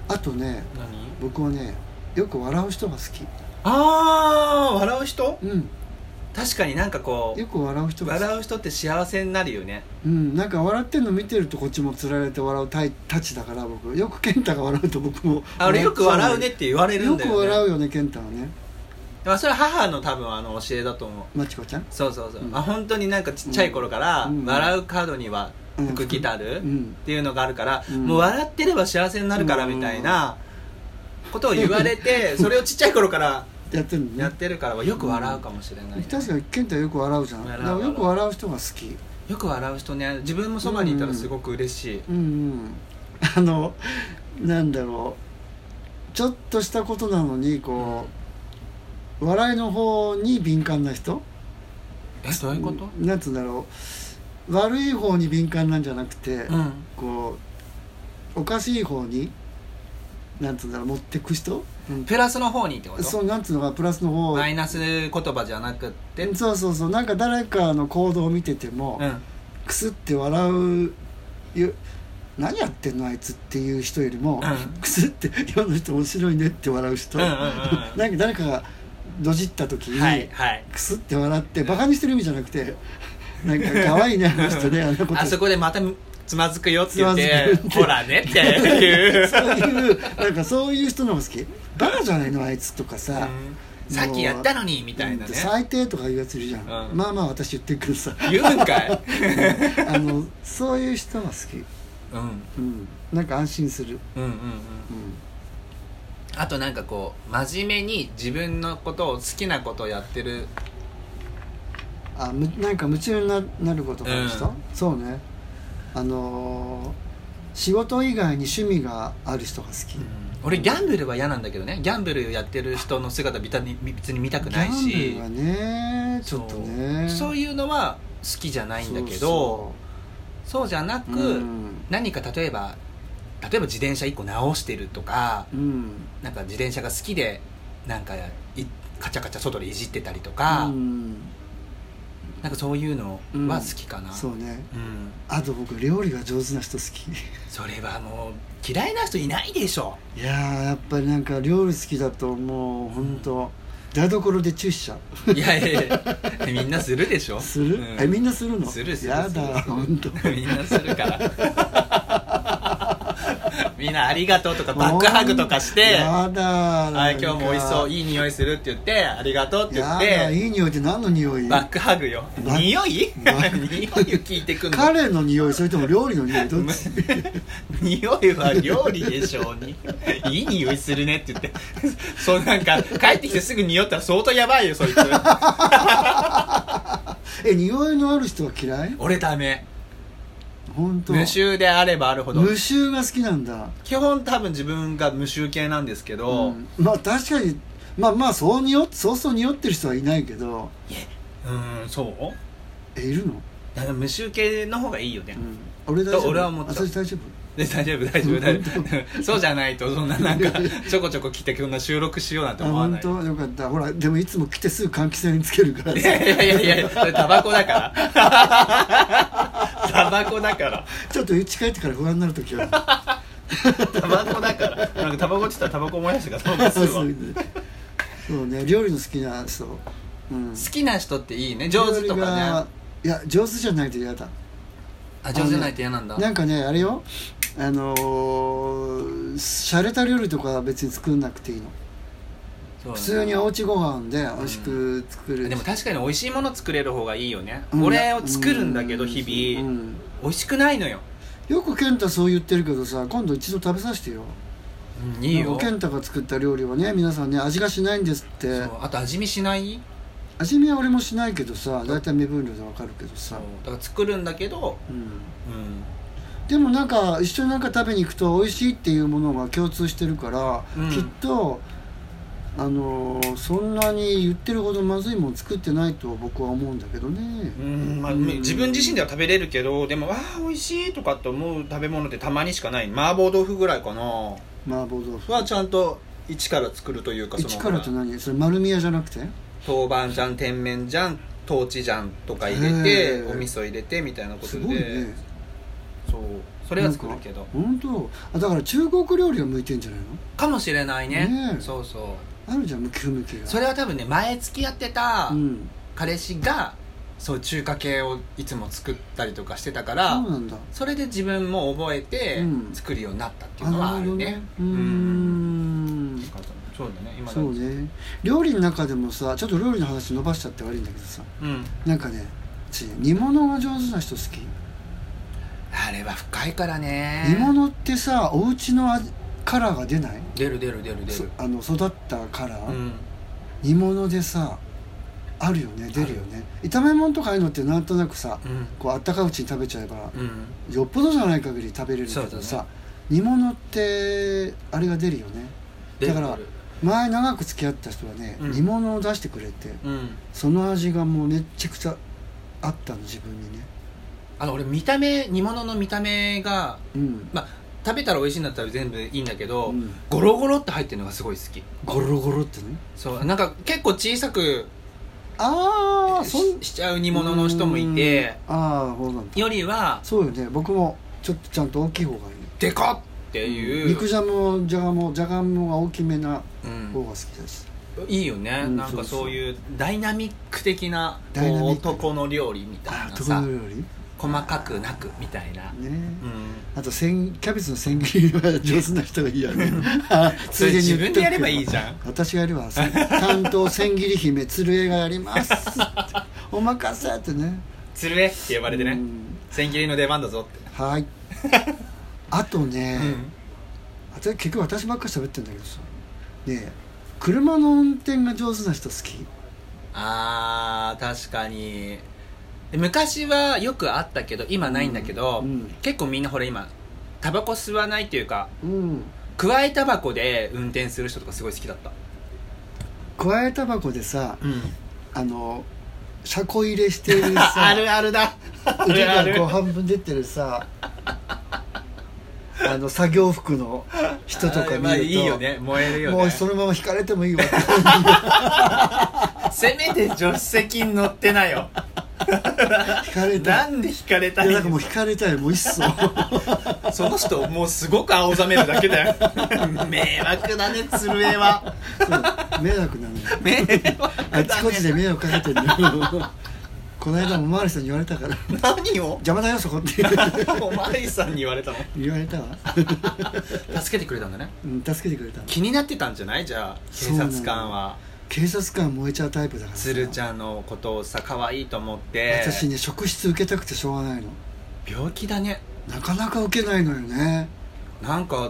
S2: あとね
S1: 何
S2: 僕はねよく笑う人が好き
S1: あー笑う人
S2: うん
S1: 確かになんかこ
S2: よく笑う人
S1: う
S2: が好き
S1: 笑う人って幸せになるよね
S2: うん、なんか笑ってんの見てるとこっちもつられて笑うタイたちだから僕よく健太が笑うと僕も
S1: あれよく笑うね
S2: っ
S1: って言われ
S2: て
S1: るん
S2: よ
S1: だよね
S2: く笑うよね健太はね
S1: まあ、それは母の多分あの教えだと思う
S2: まちこちゃん、
S1: そうそうそう、
S2: うん
S1: まあ、本当になんかちっちゃい頃から
S2: うん
S1: 「笑う角には
S2: うん
S1: 福来た
S2: う
S1: る」っ
S2: ん、
S1: ていうのがあるから、
S2: うん
S1: もう笑ってれば幸せになるからみたいなことを言われ てそれをちっちゃい頃から
S2: やってるの
S1: やっ
S2: ね
S1: てるからはよく笑うかもしれない、
S2: 確かに健太よく笑うじゃん
S1: 笑う
S2: だからよく笑う人が好き
S1: よく笑う人ね自分もそばにいたらすごく嬉しい、
S2: うんうん あのなんだろうちょっとしたことなのにこう笑いの方に敏感な人
S1: えどういうこと
S2: なんつうんだろう悪い方に敏感なんじゃなくて、
S1: うん
S2: こうおかしい方になんつうんだろう持ってく人
S1: うんプラスの方にってこと
S2: そうなんつうのかプラスの方
S1: マイナス言葉じゃなくってうん
S2: そうそうそうなんか誰かの行動を見てても、くすって笑うよ何やってんのあいつっていう人よりも、
S1: うん
S2: くすって今の人面白いねって笑う人、
S1: うんうんうん
S2: なんか誰かがどじった時に、
S1: はいはい
S2: くすって笑ってバカにしてる意味じゃなくてなんか可愛いねあの人ねあんなこと
S1: あそこでまたつまずくよって言っ
S2: つまず
S1: て
S2: くって
S1: ほらねっていう
S2: そういうなんかそういう人の方が好きバカじゃないのあいつとかさ、
S1: うんさっきやったのにみたいなね
S2: 最低とかいうやついるじゃん、
S1: うん
S2: まあまあ私言ってるけ どさ
S1: 言うんか い
S2: あのそういう人が好き、
S1: うんうん
S2: うん、なんか安心する、
S1: うんうん
S2: う
S1: あとなんかこう真面目に自分のことを好きなことをやってる
S2: ん、あむなんか夢中にななることがある人、
S1: うん
S2: そうねあのー仕事以外に趣味がある人が好き、
S1: 俺ギャンブルは嫌なんだけどねギャンブルやってる人の姿びたに別に見たく
S2: ギ
S1: ない
S2: ャンブ
S1: し
S2: ルはねちょっとね
S1: そうそう
S2: う
S1: いうのは好きじゃないんだけど
S2: そ
S1: そうじゃな
S2: う
S1: く、
S2: そううん
S1: 何か例えば例えば自転車1個直してるとか
S2: うん
S1: なんか自転車が好きでなんかいカチャカチャ外でいじってたりとか、
S2: うん
S1: なんかそういうのは好きかな、うん
S2: そうねあと僕料理が上手な人好き
S1: それはもう嫌いな人いないでしょ
S2: いやーやっぱりなんか料理好きだともう本当台所でチューしちゃ
S1: いやいやいやみんなするでしょ
S2: うする、
S1: うん
S2: えみんなするの
S1: するする
S2: や
S1: する
S2: だ本当
S1: みんなする からみんな「ありがとう」とかバックハグとかして「
S2: やだ
S1: はい今日も美味しそう
S2: い
S1: いい匂いする」って言って「ありがとう」って言
S2: や
S1: っ
S2: だ
S1: て
S2: いい匂いって何の匂い
S1: バックハグよ
S2: バッ
S1: 匂い
S2: バ
S1: 匂いを
S2: ッ
S1: 聞いてくんの
S2: カレーの匂いそれとも料理の匂いどっ
S1: む
S2: ち
S1: 匂いは料理でしょうに いい匂いするねって言 ってそうなんか帰ってきてすぐ匂ったら相当やばいよ そいつ
S2: え匂いのある人は嫌い
S1: 俺ダメ
S2: 本当
S1: 無臭であればあるほど
S2: 無臭が好きなんだ
S1: 基本多分自分が無臭系なんですけど、
S2: ん、まあ確かにまあまあそうによそうそう匂ってる人はいないけど
S1: うんそう
S2: えいるの、
S1: だから無臭系の方がいいよね
S2: う、ん、俺大丈夫
S1: 俺は思った
S2: 私大丈夫
S1: で大丈夫大丈夫大丈夫 そうじゃないとそんななんかちょこちょこ来てこんな収録しようなんて
S2: あ
S1: 思わな
S2: 本
S1: い
S2: 当よかったほらでもいつも来てすぐ換気扇につけるから
S1: いやいやいやいやそれタバコだからタバコだから
S2: ちょっと家帰ってから不安になる時は
S1: タバコだからなんかタバコって言ったらタバコ燃やしてから タバコ
S2: そ
S1: 吸
S2: う
S1: うわ
S2: そうね料理の好きな人、うん、
S1: 好きな人っていいね上手と
S2: 料理
S1: か
S2: が
S1: ね
S2: いや上手じゃないと嫌だ
S1: あ上手じゃないと嫌なんだ
S2: なんかねあれよあのー、洒落た料理とかは別に作んなくていいの
S1: そうね
S2: 普通におうちご飯で美味しく作る、
S1: でも確かに美味しいもの作れる方がいいよね、
S2: うん
S1: 俺を作るんだけど
S2: うん
S1: 日々、
S2: うん
S1: 美味しくないのよ、
S2: よく健太そう言ってるけどさ今度一度食べさせてよ
S1: うんいい
S2: なん
S1: よ
S2: か健太が作った料理はね皆さんね味がしないんですっ
S1: そ
S2: て
S1: うあと味見しない
S2: 味見は俺もしないけどさ大体目分量でわかるけど
S1: そ
S2: さ
S1: う、だから作るんだけど、
S2: うん、
S1: うん、
S2: でもなんか一緒になんか食べに行くと美味しいっていうものが共通してるから、
S1: うん
S2: きっとあのーそんなに言ってるほどまずいもん作ってないと僕は思うんだけどね
S1: うんまあ、
S2: うん
S1: 自分自身では食べれるけどでもわあ美味しいとかって思う食べ物ってたまにしかない麻婆豆腐ぐらいかな
S2: 麻婆豆腐
S1: はちゃんと一から作るというかその
S2: 一からって何それ丸見えじゃなくて
S1: 豆板醤甜麺醤豆チ醤とか入れ
S2: へ
S1: て
S2: え
S1: お味噌入れてみたいなこと
S2: す
S1: で
S2: ごいね
S1: そうそれは作るけど
S2: 本当あだから中国料理が向いてんじゃないの
S1: かもしれないね
S2: ねえ
S1: そうそう
S2: あるじゃんムキ不向きが
S1: それは多分ね前付き合ってた
S2: うん
S1: 彼氏が、そう中華系をいつも作ったりとかしてたから
S2: そうなんだ
S1: それで自分も覚えて
S2: うん
S1: 作るようになったってい
S2: あ
S1: うのは
S2: な
S1: あ
S2: るほ
S1: る
S2: ど
S1: ね,、
S2: ねうーん
S1: そうだね今だ
S2: そうね料理の中でもさちょっと料理の話伸ばしちゃって悪いんだけどさ
S1: うん
S2: なんかね私煮物が上手な人好き、
S1: あれは深いからね
S2: 煮物ってさお家の味カラーが出ない
S1: 出る出る出る出
S2: そ
S1: る
S2: あの育ったカラー、
S1: うん
S2: 煮物でさあるよね出るよね炒め物とかああいうのってなんとなくさ
S1: うん
S2: こうあったかいうちに食べちゃえば
S1: うん
S2: よっぽどじゃない限り食べれるけど
S1: そうだ
S2: さ、煮物ってあれが出るよねだから
S1: 出る
S2: 前長く付き合った人はね、
S1: うん
S2: 煮物を出してくれ
S1: 出
S2: て
S1: るうん
S2: その味がもうめっちゃくちゃあったの自分にね
S1: あの俺見た目煮物の見た目が
S2: うん、
S1: まあ食べたら美味しいんだったら全部いいんだけど、
S2: うん
S1: ゴロゴロって入ってるのがすごい好き
S2: ゴロゴロってね
S1: そうなんか結構小さく
S2: ああそん
S1: ししちゃう煮物の人もいて
S2: うんああそうなんだ
S1: よりは
S2: そうよね僕もちょっとちゃんと大きい方がいい
S1: でかっっていう、
S2: 肉じゃもじゃがもじゃがもが大きめな
S1: うん
S2: 方が好きです、
S1: いいよね、
S2: うん
S1: なん
S2: そ
S1: か
S2: うそう
S1: そういうダイナミック的なこう
S2: ダイナミック
S1: 男の料理みたい
S2: ああ
S1: な
S2: 特
S1: さ
S2: の料理ね
S1: 細かくなくみたいな、うん
S2: あと千キャベツの千切りは上手な人がいいよ ねあー
S1: それ
S2: つい
S1: 自
S2: に言っとくけど
S1: 分でやればいいじゃん
S2: 私がやればせん担当千切り姫鶴江がやりますってお任せってね
S1: つるえって呼ばれて
S2: う
S1: ね
S2: ん
S1: 千切りの出番だぞって、
S2: はい あとね、
S1: うん
S2: あと結局私ばっかり喋ってんだけどさねえ車の運転が上手な人好き
S1: あー確かにで昔はよくあったけど今ないんだけど、
S2: うん
S1: 結構みんなほら今タバコ吸わないっていうか
S2: うん
S1: くわえタバコで運転する人とかすごい好きだった
S2: 加えタバコでさ
S1: うん
S2: あの車庫入れしてる
S1: あ
S2: さ
S1: るあるだあ
S2: 腕
S1: るあ
S2: がこう
S1: る
S2: 半分出てるさあの作業服の人とか見ると
S1: まあいいよね燃えるよね
S2: もうそのまま引かれてもいいわ
S1: せめて助手席に乗ってな よ
S2: 引かれた
S1: ないんで引かれた
S2: や
S1: い
S2: なんかもう引かれたいもういっそ
S1: その人もうすごく青ざめるだけだ よ迷惑だね鶴江は
S2: 迷惑なのよ
S1: 迷惑
S2: あっちこっちで迷惑かけてるのこの間も周りさんに言われたから
S1: 何を
S2: 邪魔だよそこって言
S1: おまわりさんに言われたの
S2: われたわ、
S1: 助けてくれたんだね
S2: うん、助けてくれた
S1: 気になってたんじゃないじゃあ警察官は
S2: 警察官燃えちゃうタイプだからさ
S1: 鶴ちゃんのことをさ可愛いと思って
S2: 私ね職質受けたくてしょうがないの
S1: 病気だね
S2: なかなか受けないのよね
S1: なんか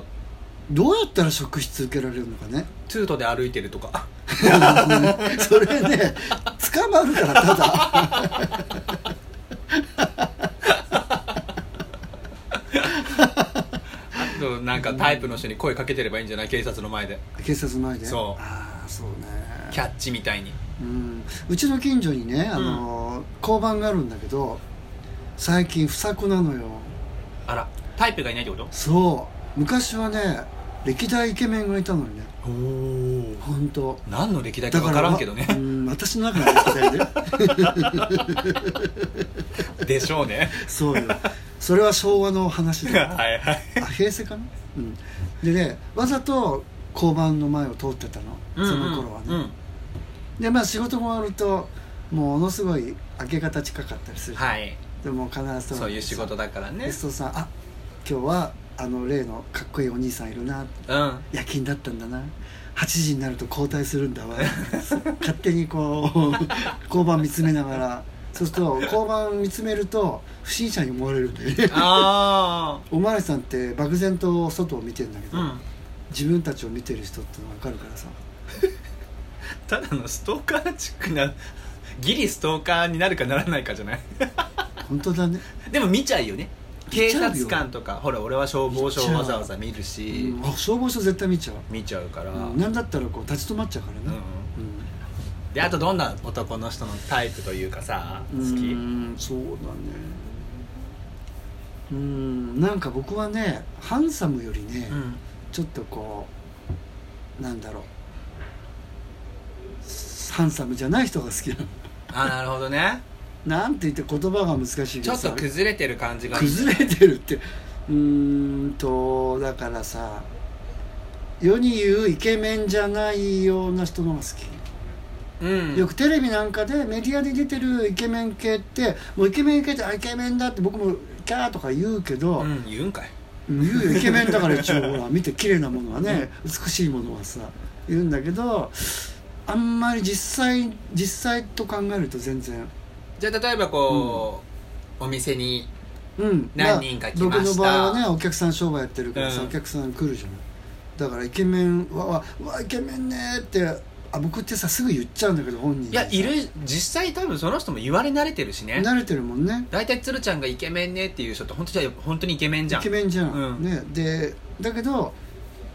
S2: どうやったら職質受けられるのかね
S1: トゥートで歩いてるとか
S2: それね捕ま るからただ
S1: かタイプの人に声かけてればいいんじゃない警察の前で
S2: 警察前で
S1: そう
S2: ああそう
S1: キ
S2: ね
S1: ャッチみたいに
S2: うんうちの近所にねあの、交番があるんだけど最近不作なのよ
S1: あらタイプがいないってこと
S2: そう昔はね歴代イケメンがいたのにね
S1: おお
S2: 本当
S1: 何の歴代か分からんけどね
S2: わうん私の中の 歴代で
S1: でしょう ね
S2: そうよそれは昭和の話 であ
S1: はいはい
S2: 平成かな、うん、でねわざと交番の前を通ってたのその頃はね、
S1: うんうん
S2: でまあ仕事も終わるともうものすごい明け方近かったりする、
S1: はい
S2: でも必ず
S1: そういう仕事だからね
S2: ゲストさんあ今日はあの例のかっこいいお兄さんいるな
S1: うん
S2: 夜勤だったんだな8時になると交代するん だわ勝手にこう交番見つめながらそうすると交番見つめると不審者に思われるんだよね
S1: あ
S2: お巡りさんって漠然と外を見てるんだけ
S1: あ
S2: ど、
S1: うん
S2: 自分たちを見てる人ってのが分かるからさ
S1: ただのストーカーチックな ギリストーカーになるかならないかじゃない
S2: 本当だね、
S1: でも見ちゃうよね警
S2: 見ちゃうよ
S1: 察官とかほら俺は消防署
S2: 見ちゃ
S1: を
S2: う
S1: わざわざ見るし
S2: うんあ消防署絶対見ちゃう
S1: 見ちゃうから、
S2: うんなんだったらこう立ち止まっちゃうからね、
S1: う
S2: うん
S1: んであとどんな男の人のタイプというかさ好
S2: う
S1: き
S2: ーんそうだねうーんなんか僕はねハンサムよりね、
S1: うん
S2: ちょっとこうなんだろうハンサムじゃない人が好きなの
S1: あなるほどね
S2: なんて言って言葉が難しいけ
S1: ちょ
S2: ど
S1: っ
S2: さ
S1: と崩れてる感じがいい
S2: 崩れてるってうーんとだからさ世に言うイケメンじゃないような人の方が好き
S1: うん
S2: よくテレビなんかでメディアで出てるイケメン系ってもうイケメン系ってあイケメンだって僕もキャーとか言うけど、
S1: うん言うんかい
S2: 言うよイケメンだから一応ほら見て綺麗なものはね美しいものはさ言うんだけどあんまり実際実際と考えると全然
S1: じゃあ例えばこう、お店に
S2: うん
S1: 何人か来ました
S2: 僕の場合はねお客さん商売やってるからさ、
S1: うん
S2: お客さん来るじゃないだからイケメンはわうわイケメンねーってあ僕ってさすぐ言っちゃうんだけど本人に
S1: いやいる実際多分その人も言われ慣れてるしね
S2: 慣れてるもんね
S1: 大体鶴ちゃんがイケメンねっていう人って本当じゃ本当にイケメンじゃ
S2: イ
S1: ん
S2: ケメンじゃん、
S1: うん
S2: ねでだけど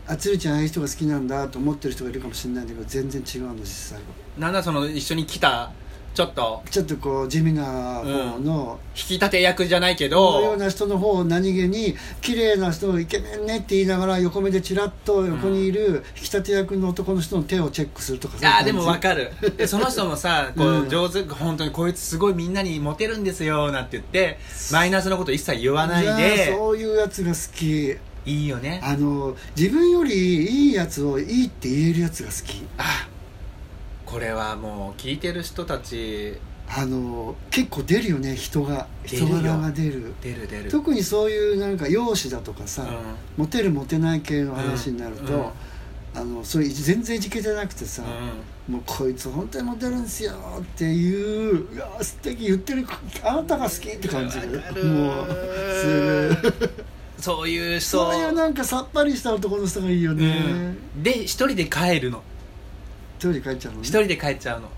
S2: あつるちゃんああいう人が好きなんだと思ってる人がいるかもしれないんだけど全然違うの実際は
S1: なんだその一緒に来たちょっと
S2: ちょっとこう地味な方の、
S1: 引き立て役じゃないけ
S2: このよう
S1: ど
S2: な人の方を何気に綺麗な人をイケメンねって言いながら横目でチラッと横にいる引き立て役の男の人の手をチェックするとか
S1: いやーでもわ
S2: る
S1: かるでその人も さこ
S2: う
S1: うん上手本当にこいつすごいみんなにモテるんですよなんて言ってマイナスのこと一切言わないで
S2: そういうやつが好き
S1: いいよね
S2: あの自分よりいいやつをいいって言えるやつが好き
S1: あこれはもう聞いてる人たち
S2: あの結構出るよね人が
S1: 出る
S2: 人
S1: よ
S2: 柄が出る
S1: 出る出る
S2: 特にそういうなんか容姿だとかさ、
S1: う
S2: モテるモテない系の話になると、
S1: うんうん
S2: あのそれ全然いじけてなくてさ、
S1: んうん
S2: もうこいつ本当にモテるんですよっていういや素敵言ってるあなたが好きって感じが
S1: わかる
S2: もうする
S1: そういう人
S2: そういうなんかさっぱりした男の人がいいよね、
S1: うんで一人で帰るの
S2: 一人帰っちゃうの
S1: 一
S2: ね
S1: 人で帰っちゃうの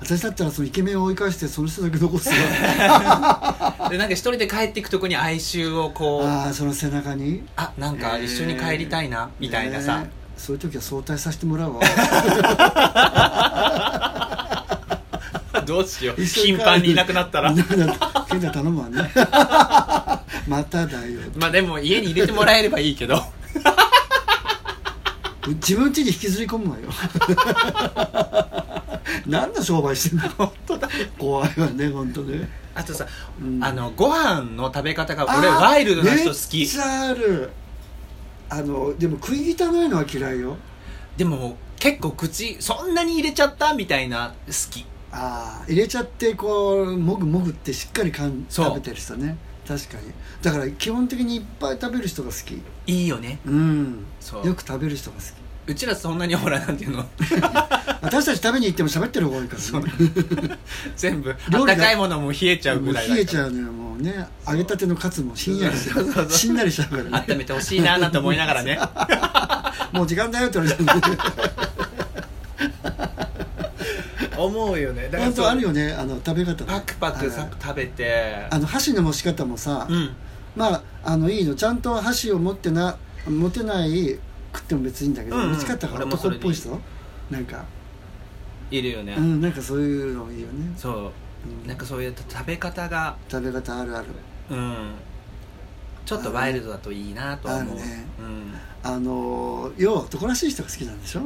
S2: 私だったらそのイケメンを追い返してその人だけ残す わ
S1: でなんか一人で帰っていくとこに哀愁をこうあ
S2: ああその背中に
S1: なんか一緒に帰りたいな、みたいなさ、
S2: ねそういう時は早退させてもらうわ
S1: どうしよう
S2: 一緒帰
S1: 頻
S2: る
S1: 繁にいなくなったら
S2: なんだケンタ頼むわね まただよ
S1: まあでも家に入れてもらえればいいけ ど
S2: 自分家に引きずり込むわよ 何の商売してんだ本当だ怖いわね本当ね
S1: あとさ、
S2: うん
S1: あのご飯の食べ方が俺ワイルドな人好
S2: め
S1: き
S2: っちゃあるあのでも食い汚いのは嫌いよ
S1: でも結構口そんなに入れちゃったみたいな好き
S2: ああ入れちゃってこうもぐもぐってしっかりかん
S1: そう
S2: 食べてる人ね確かにだから基本的にいっぱい食べる人が好き
S1: いいよね
S2: うん
S1: そう
S2: よく食べる人が好き
S1: うちらそんなにほらなんていうの
S2: 私たち食べに行っても喋ってる方が多いからね
S1: 全部
S2: 料理が
S1: 温かいものも冷えちゃう
S2: も
S1: ぐ
S2: う
S1: らいだから
S2: 冷えちゃうのよもうね揚げたてのカツもしんやりしちゃ
S1: そうそうそう
S2: うしんなりしちゃうからね
S1: 温めてほしいななんて思いながらね
S2: もう時間だよって言われたんで
S1: 思うよねだ
S2: 本当あるよねあの食べ方
S1: パクパクさ
S2: あ
S1: 食べて
S2: あの箸の持ち方もさ、
S1: うん
S2: まああのいいのちゃんと箸を持ってなモテない食っても別にいいんだけど、
S1: うんうん
S2: 見つかったから
S1: 俺もそ
S2: 男
S1: れ
S2: っ
S1: でいい
S2: ぽい人なんか、
S1: いるよね、
S2: うん、なんかそういうのいいよね、
S1: そううなんかそういう食べ方が
S2: 食べ方あるある
S1: うんちょっとワイルドだといいなとは思う、
S2: あるね
S1: うん
S2: あのー要は男らしい人が好きなんでしょ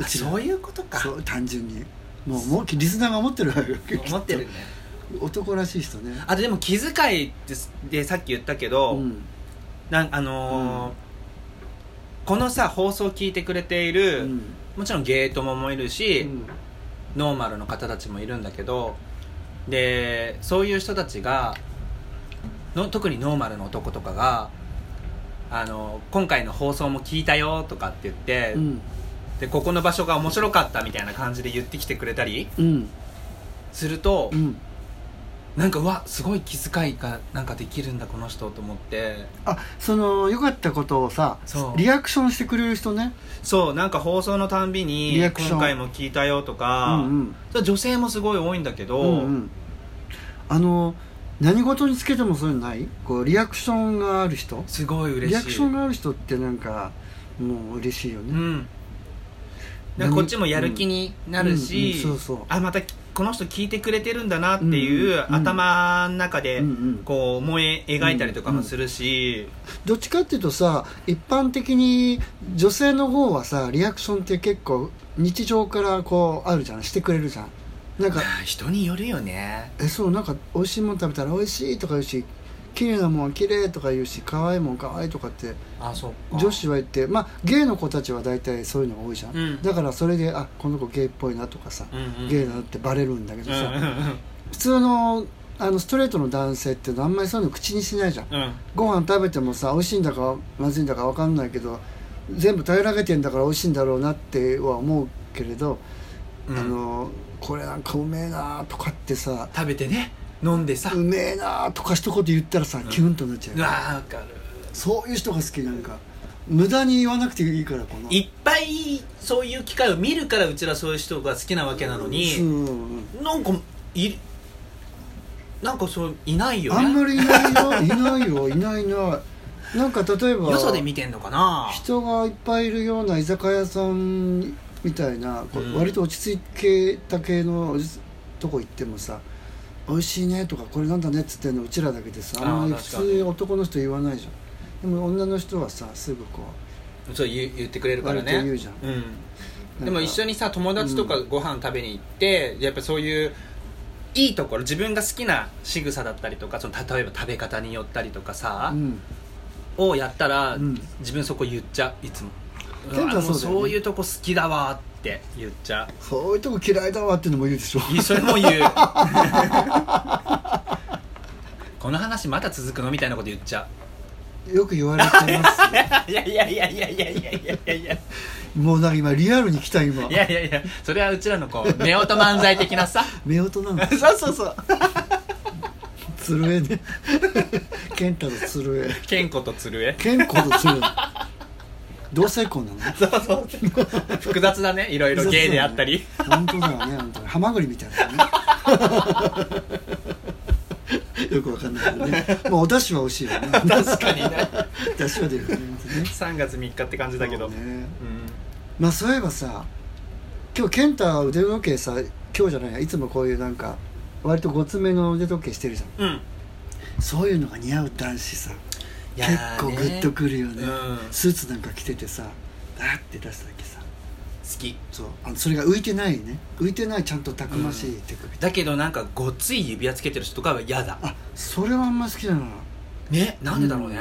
S1: あ
S2: ちら
S1: そういうことか
S2: そう単純にもうもうリスナーが思ってるわよ
S1: 思ってるね
S2: きっと男らしい人ね
S1: あとでも気遣いですでさっき言ったけど、
S2: うん
S1: なんあのーこのさ放送聞いてくれている、
S2: うん
S1: もちろんゲートももいるし、
S2: うん
S1: ノーマルの方たちもいるんだけどでそういう人たちがの特にノーマルの男とかがあの今回の放送も聞いたよとかって言って、
S2: うん
S1: でここの場所が面白かったみたいな感じで言ってきてくれたり
S2: うん
S1: すると、
S2: うん
S1: なんかうわすごい気遣いがなんかできるんだこの人と思って
S2: あその良かったことをさ
S1: そう
S2: リアクションしてくれる人ね
S1: そうなんか放送のたんびに
S2: リア
S1: 今
S2: クション
S1: 回も聞いたよと
S2: う
S1: か、
S2: ん
S1: それ女性もすごい多いんだけ
S2: う
S1: ど、
S2: んうんうんあの何事につけてもそういうのないこうリアクションがある人
S1: すごい嬉しい
S2: リアクションがある人ってなんかもう嬉しいよ
S1: う
S2: ね
S1: ん、なんかこっちもやる気になるし、
S2: うんうんそうそう
S1: あまたこの人聞いてくれてるんだなっていう、
S2: うんうん
S1: 頭の中
S2: う
S1: で
S2: んうん
S1: こう思い描いたりとかもするし、
S2: どっちかっていうとさ一般的に女性の方はさリアクションって結構日常からこうあるじゃんしてくれるじゃんなんか
S1: まあ人によるよね
S2: えそうなんか美味しいもん食べたら美味しいとか言うし綺麗なもんは綺麗とか言うし可愛いもん可愛いとかって
S1: あそう
S2: 女子は言ってまあゲイの子たちは大体そういうのが多いじゃん、
S1: うん
S2: だからそれであこの子ゲイっぽいなとかさ、
S1: うんうん
S2: ゲイだなってバレるんだけど
S1: うん
S2: さ、普通のあのストレートの男性ってあんまりそういうの口にしないじゃん
S1: うんうん
S2: ご飯食べてもさ美味しいんだかまずいんだか分かんないけど全部平らげてんだから美味しいんだろうなっては思うけれど、
S1: うん
S2: あのこれなんかうめえなとかってさ
S1: 食べてね飲んでさ、
S2: うめえなとか一言言ったらさ、キュンとなっちゃう
S1: うわーわかる
S2: そういう人が好きなんか無駄に言わなくていいからこの
S1: いっぱいそういう機会を見るからうちらそういう人が好きなわけなのに、
S2: うんうん
S1: なんかいなんかそういないよ
S2: あ
S1: ね
S2: んまりいないよいないよいないいないなんか例えば
S1: よそで見てんのかな
S2: 人がいっぱいいるような居酒屋さんみたいな、こう
S1: うん
S2: 割と落ち着いた系のとこ行ってもさ「美味しいね」とか「これなんだね」っつってんのうちらだけでさ
S1: あー
S2: あんまり普
S1: 確かに
S2: 通男の人言わないじゃんでも女の人はさすぐこ
S1: そう言う言ってくれるからね
S2: 割と言うじゃん
S1: うん、
S2: う
S1: でも一緒
S2: に
S1: にさ友達とかご飯食べに行って、やっぱそういういいところ自分が好きな仕草だったりとかその例えば食べ方によったりとかさ、
S2: うん
S1: をやったら、
S2: うん
S1: 自分そこ言っちゃういつも
S2: 全部は
S1: わ
S2: そうだよね
S1: もそういうとこ好きだわって言っちゃう
S2: そういうとこ嫌いだわっていうのも言うでしょ
S1: いやそれも言うこの話また続くのみたいなこと言っちゃ
S2: よく言われてます
S1: う いやいやいやいやいやいやいやいやいや
S2: もうなんか今リアルに来た 今
S1: いやいやいやそれはうちらのこう夫婦漫才的なさ
S2: 夫婦なの
S1: そうそうそう
S2: つるえ ね健太とつるえ
S1: 健子と鶴江
S2: 健康とつるえ同性婚なの
S1: そうそう複雑だねいろいろ芸であったり
S2: 本当だよね本当にハマグリみたいなねよくわかんないけどね、まあ、お出汁は美味しいよね
S1: 確かにね
S2: 出汁は出るよね本当ね
S1: 3月3日って感じだけどう,、
S2: そうね
S1: ん
S2: まあそういえばさ今日健太腕時計さ今日じゃないやいつもこういうなんか割とごつめの腕時計してるじゃ
S1: うん
S2: んそういうのが似合う男子さ
S1: いや
S2: 結
S1: ー
S2: 構グ
S1: ね
S2: ッとくるよね
S1: うん
S2: スーツなんか着ててさダーって出しただけさ
S1: 好き
S2: そうあのそれが浮いてないね浮いてないちゃんとたくましい手首、
S1: だけどなんかごっつい指輪つけてる人とかは嫌だ
S2: あそれはあんま好きじゃない
S1: ねなんでだろうね、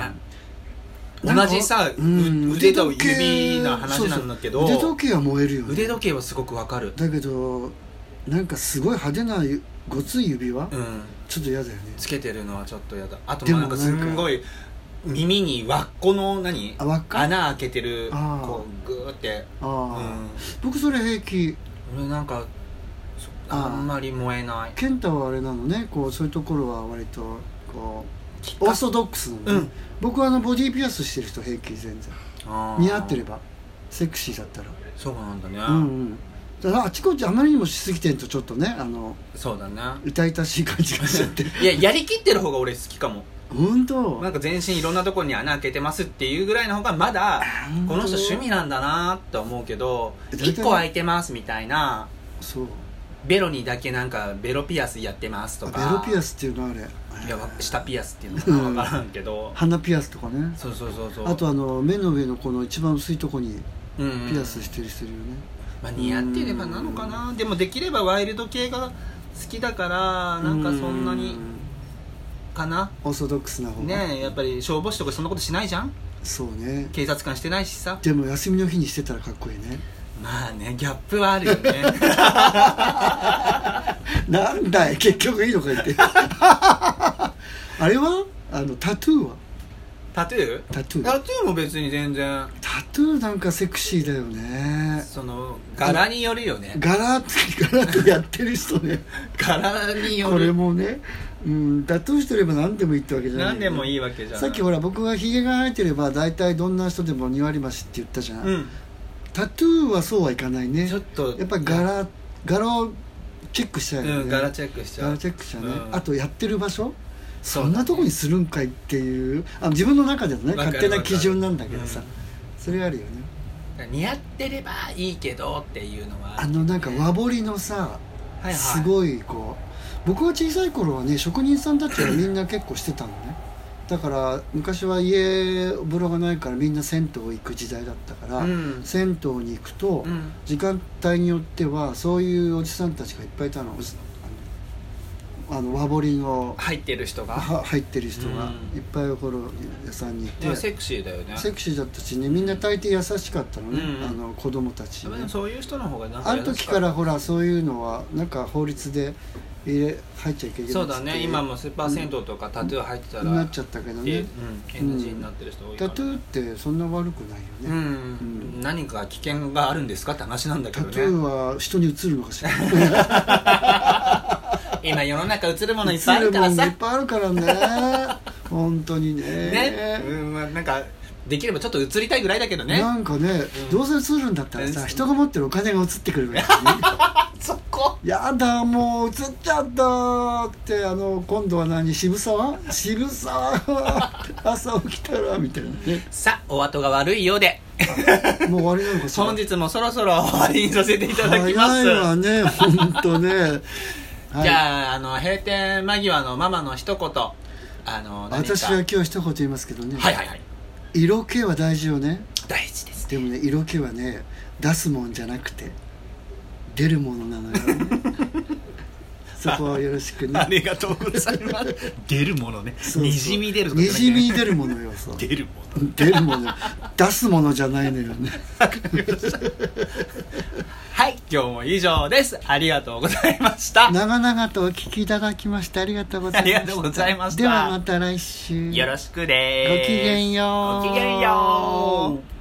S2: なんか
S1: 同じさ、う
S2: うん
S1: 腕と
S2: 時計
S1: 指の話なんだけど
S2: そうそう腕時計は燃えるよね
S1: 腕時計はすごくわかる
S2: だけどなんかすごい派手なゆごつい指輪、
S1: うん
S2: ちょっと嫌だよね
S1: つけてるのはちょっとやだあと
S2: でも
S1: なんかすんごい耳に輪っこの何
S2: あ輪っか
S1: 穴開けてる
S2: あー
S1: こうグーってう
S2: あ
S1: ん
S2: あ、僕それ平気
S1: 俺なんかそ
S2: あー
S1: あんまり燃えない
S2: 健太はあれなのねこうそういうところは割とこうオーソドックスなのね、
S1: うん
S2: 僕はあのボディーピアスしてる人平気全然
S1: あー
S2: 似合ってればセクシーだったら
S1: そうなんだね、
S2: うんうんただあちこちあまりにもしすぎてんとちょっとねあの
S1: そうだね
S2: 痛々しい感じがしちゃって
S1: いややりきってる方が俺好きかも
S2: あ本当
S1: なんか全身いろんなとこに穴開けてますっていうぐらいの方がまだ
S2: 本当
S1: この人趣味なんだなって思うけど
S2: え大
S1: 1
S2: 体
S1: 個開いてますみたいな
S2: そう
S1: ベロにだけなんかベロピアスやってますと
S2: あ
S1: か
S2: ベロピアスっていうのあれ
S1: いやわ舌ピアスっていうのかな
S2: うん
S1: 分からんけど
S2: 鼻ピアスとかね
S1: そうそうそうそう
S2: あとあの目の上のこの一番薄いとこに
S1: うんうん
S2: ピアスしてる人いるよね、
S1: まあ、似合ってればなのかなでもできればワイルド系が好きだからなんかそんな
S2: う
S1: にかな
S2: オーソドックスな方が
S1: ねえやっぱり消防士とかそんなことしないじゃん
S2: そうね
S1: 警察官してないしさ
S2: でも休みの日にしてたらかっこいいね
S1: まあねギャップはあるよ ね
S2: なんだい結局いいのか言ってあれはあのタトゥーは
S1: タトゥー
S2: タトゥー
S1: タトゥーも別に全然
S2: タトゥーなんかセクシーだよね
S1: その柄によるよね
S2: 柄って柄ってやってる人ね
S1: 柄によ
S2: これ
S1: る
S2: もねうんタトゥーしてれば何でもいいってわけじゃないよ
S1: 何
S2: ね
S1: でもいいわけじゃない
S2: さっきほら僕がヒゲが生えてれば大体どんな人でも2割増しって言ったじゃん、
S1: うん
S2: タトゥーはそうはいかないね
S1: ちょっと
S2: やっぱ柄柄をチェックしたいよね、
S1: うん柄チェックしちゃう
S2: 柄チェックしたね、
S1: うん
S2: あとやってる場所
S1: そ
S2: そう
S1: だ
S2: ん
S1: ね
S2: なとこにするんかいっていうあ自分の中でのね
S1: わかる
S2: 勝手な基準なんだけどさ、
S1: わか
S2: それあるよね
S1: 似合ってればいいけどっていうのは
S2: あのなんか和彫りのさ、
S1: はいはい
S2: すごいこう僕が小さい頃はね職人さんたちはみんな結構してたのねだから昔は家風呂がないからみんな銭湯行く時代だったから、
S1: うん
S2: 銭湯に行くと、
S1: うん
S2: 時間帯によってはそういうおじさんたちがいっぱいいたのおじあのあの和彫りの
S1: 入ってる人が
S2: は入ってる人が
S1: うん
S2: いっぱいお風呂屋さんにい
S1: で
S2: て、
S1: もセクシーだよね
S2: セクシーだったしねみんな大抵優しかったのね、
S1: うんうん
S2: あの子供たち、
S1: でも
S2: ね、
S1: そういう人の方がなんか
S2: ある時からほらそういうのはなんか法律で入れ入っちゃいけないっつって
S1: そうだね今もスーパー銭湯とかタトゥー入ってたら、
S2: なっちゃったけど
S1: でう
S2: ね
S1: ん、NG になってる人多いから
S2: タトゥーってそんな悪くないよ
S1: う
S2: ね、
S1: ん、何か危険があるんですかって話なんだけ
S2: タ
S1: ど
S2: トゥー
S1: ね
S2: は人に映るのかしら
S1: 今世の中映るものいっぱいあ
S2: 映
S1: る
S2: る
S1: か
S2: も
S1: ら
S2: んが
S1: さ
S2: いっぱいあるからね本当にね
S1: ね、うんまあ、なんかできればちょっと映りたいぐらいだけどね
S2: なんかね、
S1: ん
S2: どうせ映るんだったら
S1: う
S2: さ
S1: ん
S2: 人が持ってるお金が映ってくるからい ね
S1: そこ
S2: やだもう映っちゃったってあの今度は何渋沢渋沢朝起きたらみたいなね
S1: さあお後が悪いようで
S2: もう終わりなのかしら
S1: 本日もそろそろ終わりにさせていただきます
S2: 早いわね本 当ね、はい
S1: じゃああの閉店間際のママの一言あの何か
S2: 私は今日一言言いますけどね、
S1: はいはいはい
S2: 色気は大事よね
S1: 大事です
S2: でもね色気はね出すもんじゃなくて出るものなの よそこはよろしくね
S1: ありがとうございます。出るものね。
S2: そうそう
S1: にじみ出るとか
S2: に
S1: じゃなくて
S2: じみ出るものよそう
S1: 出るもの。
S2: 出るもの出すものじゃないのよね
S1: はい、今日も以上です。ありがとうございました。
S2: 長々とお聞きいただきましてありがとうございました
S1: ありがとうございました
S2: ではまた来週
S1: よろしくで
S2: ごきげんよ
S1: す。
S2: う
S1: ごきげんよう。